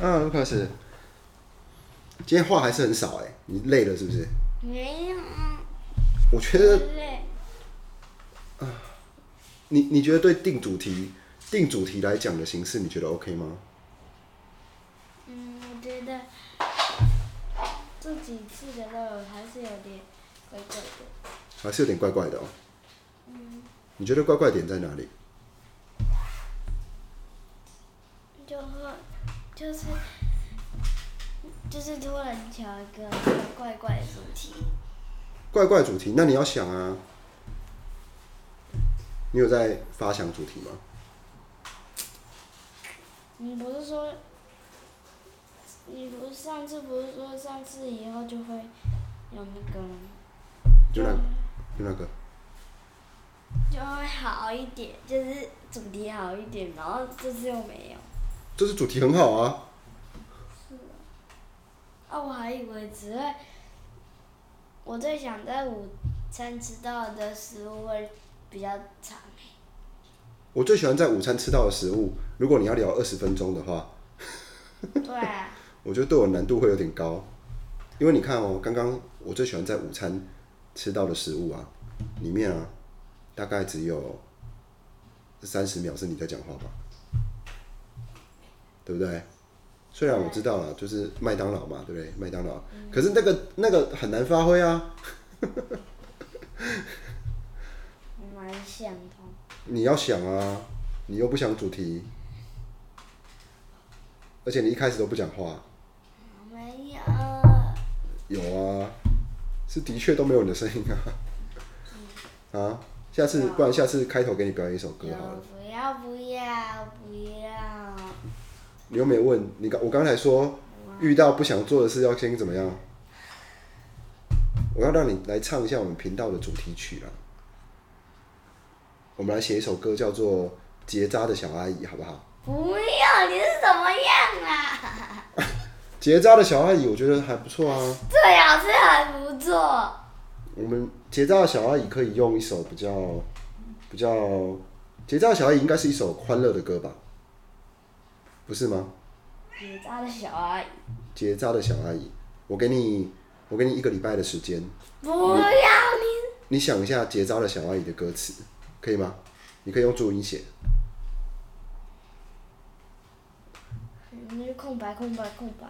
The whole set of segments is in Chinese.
嗯，可是今天话还是很少哎、你累了是不是？没有，我觉得对，你你觉得对定主题定主题来讲的形式，你觉得 OK 吗？嗯，我觉得这几次的肉还是有点怪怪的，还是有点怪怪的哦、你觉得怪怪点在哪里？就会就是就是突然瞧一个怪怪的主题，怪怪主题，那你要想啊，你有在发想主题吗？你不是说你不是上次不是说上次以后就会有那个吗就那就那个，就会好一点，就是主题好一点，然后这次又没有。这是主题很好啊，啊，我还以为只会，我最想在午餐吃到的食物会比较长。我最喜欢在午餐吃到的食物。如果你要聊二十分钟的话，对啊，我觉得对我难度会有点高，因为你看哦，刚刚我最喜欢在午餐吃到的食物啊，里面啊，大概只有三十秒是你在讲话吧，对不对？虽然我知道了，就是麦当劳嘛，对不对？麦当劳，可是那个那个很难发挥啊。蛮想通。你要想啊，你又不想主题，而且你一开始都不讲话，没有，呃有啊，是的确都没有你的声音啊。啊，下次不然下次开头给你表演一首歌好了。不要不要不要，你又没问你刚我刚才说遇到不想做的事要先怎么样？我要让你来唱一下我们频道的主题曲啊。我们来写一首歌叫做《结扎的小阿姨》，好不好？不要！你是怎么样啊？结扎的小阿姨，我觉得还不错啊。最好是还不错。我们结扎的小阿姨可以用一首比较比较结扎的小阿姨应该是一首欢乐的歌吧，不是吗？你扎的小阿姨，结扎的小阿姨，我给你我给你一个礼拜的时间，不要你。你想一下结扎的小阿姨的歌词，可以吗？你可以用注音写，你就空白空白空白，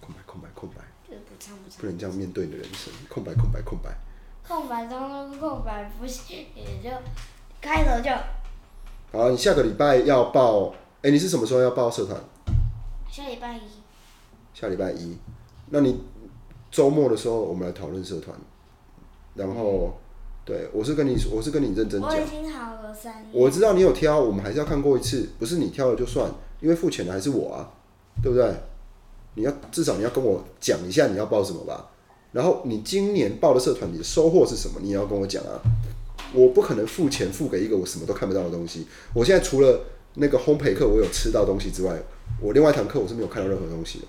空白空白空白，就是不唱不唱不。能这样面对你的人生，空白空白空白。空白当中空白不行，也就开头就好，你下个礼拜要报，哎、你是什么时候要报社团？下礼拜一。下礼拜一，那你周末的时候我们来讨论社团，然后对我是跟你我是跟你认真讲我，已经好了三页。我知道你有挑，我们还是要看过一次，不是你挑了就算，因为付钱的还是我啊，对不对？你要至少你要跟我讲一下你要报什么吧，然后你今年报的社团你的收获是什么，你也要跟我讲啊。我不可能付钱付给一个我什么都看不到的东西。我现在除了那个烘焙课我有吃到东西之外，我另外一堂课我是没有看到任何东西的。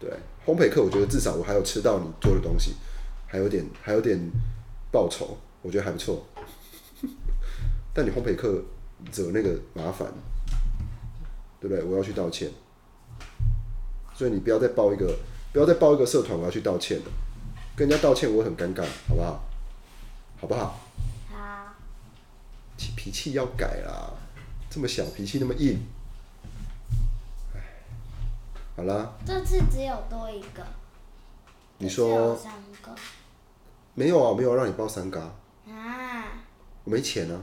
对，烘焙课我觉得至少我还有吃到你做的东西，还有点还有点报酬，我觉得还不错。但你烘焙课惹那个麻烦，对不对？我要去道歉。所以你不要再报一个，不要再报一个社团，我要去道歉了。跟人家道歉我很尴尬，好不好？好不好？好，脾脾气要改啦，这么小脾气那么硬。唉好啦，这次只有多一个。你这次有说三个没有啊？我没有让你报三嘎，啊？我没钱啊。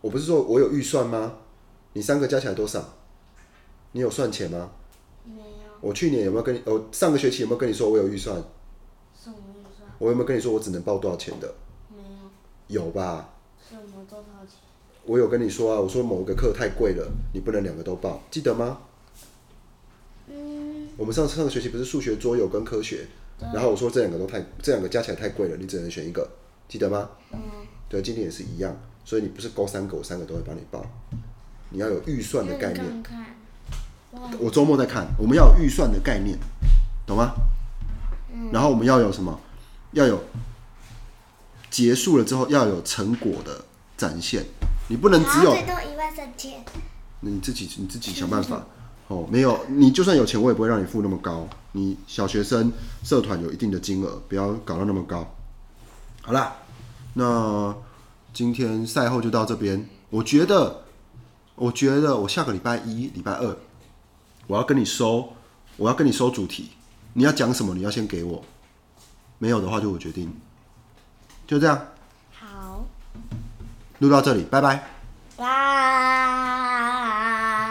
我不是说我有预算吗？你三个加起来多少？你有算钱吗？没有，我去年有没有跟你？我上个学期有没有跟你说我有预算？什么预算？我有没有跟你说我只能报多少钱的？没有，有吧？什么多少钱？我有跟你说啊，我说某个课太贵了，你不能两个都报，记得吗？嗯，我们上上个学期不是数学、桌游跟科学，然后我说这两个都太，这两个加起来太贵了，你只能选一个，记得吗？嗯，对，今天也是一样，所以你不是勾三个，我三个都会帮你报，你要有预算的那概你念。看看，哇，我周末再看，我们要有预算的概念，懂吗？然后我们要有什么？要有结束了之后要有成果的展现，你不能然只后有最多一万三千。那你自己你自己想办法。哦，没有，你就算有钱，我也不会让你付那么高。你小学生社团有一定的金额，不要搞到那么高。好啦，那今天赛后就到这边。我觉得，我觉得我下个礼拜一、礼拜二，我要跟你收，我要跟你收主题。你要讲什么，你要先给我。没有的话，就我决定。就这样，好，录到这里，拜拜。拜。